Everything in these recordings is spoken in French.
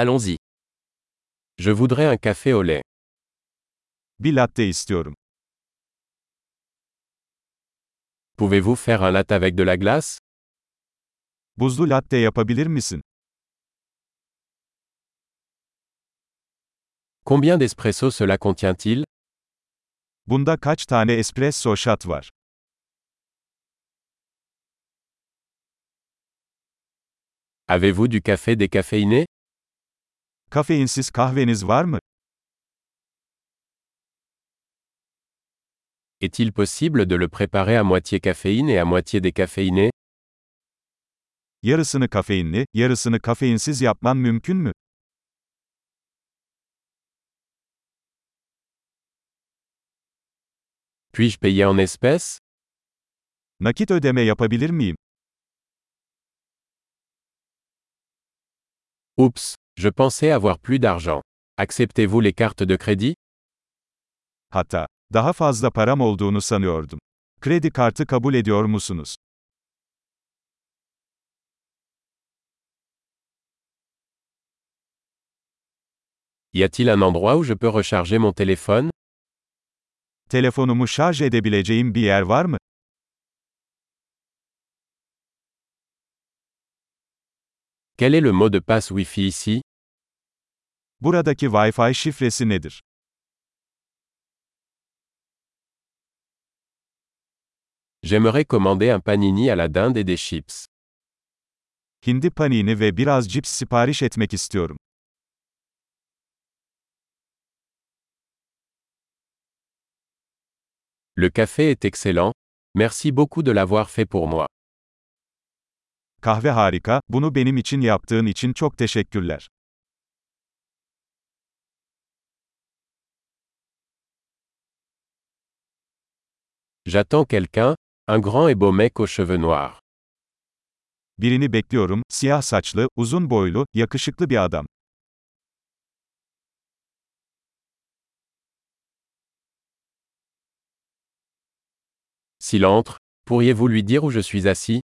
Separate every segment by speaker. Speaker 1: Allons-y. Je voudrais un café au lait.
Speaker 2: Bir latte istiyorum.
Speaker 1: Pouvez-vous faire un latte avec de la glace
Speaker 2: Buzlu latte yapabilir misin?
Speaker 1: Combien d'espresso cela contient-il
Speaker 2: Bunda kaç tane espresso shot var?
Speaker 1: Avez-vous du café décaféiné
Speaker 2: Kafeinsiz kahveniz var mı?
Speaker 1: Est-il possible de le préparer à moitié caféine et à moitié décaféiné
Speaker 2: Yarısını kafeinli, yarısını kafeinsiz yapman mümkün mü?
Speaker 1: Puis-je payer en espèces
Speaker 2: Nakit ödeme yapabilir miyim?
Speaker 1: Oups, je pensais avoir plus d'argent. Acceptez-vous les cartes de crédit
Speaker 2: Hata. Daha fazla param olduğunu sanıyordum. Kredi kartı kabul ediyor musunuz?
Speaker 1: Y a-t-il un endroit où je peux recharger mon téléphone
Speaker 2: Telefonumu şarj edebileceğim bir yer var mı?
Speaker 1: Quel est le mot de passe Wi-Fi ici
Speaker 2: Buradaki Wi-Fi şifresi nedir?
Speaker 1: J'aimerais commander un panini à la dinde et des chips.
Speaker 2: Hindi panini ve biraz cips sipariş etmek istiyorum.
Speaker 1: Le café est excellent. Merci beaucoup de l'avoir fait pour moi.
Speaker 2: Kahve harika, bunu benim için yaptığın için çok teşekkürler.
Speaker 1: J'attends quelqu'un, un grand et beau mec aux cheveux noirs.
Speaker 2: Birini bekliyorum, siyah saçlı, uzun boylu, yakışıklı bir adam.
Speaker 1: S'il entre, pourriez-vous lui dire où je suis assis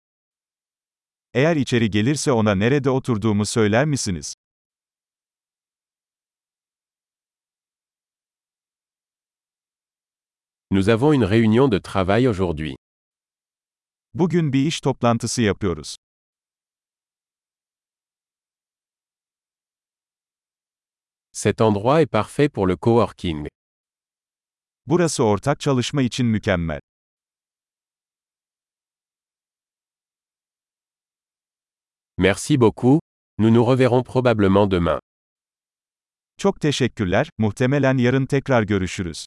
Speaker 2: Eğer içeri gelirse ona nerede oturduğumu söyler misiniz?
Speaker 1: Nous avons une réunion de travail aujourd'hui.
Speaker 2: Bugün bir iş toplantısı yapıyoruz.
Speaker 1: Cet endroit est parfait pour le coworking.
Speaker 2: Burası ortak çalışma için mükemmel.
Speaker 1: Merci beaucoup, nous nous reverrons probablement demain.
Speaker 2: Çok teşekkürler, muhtemelen yarın tekrar görüşürüz.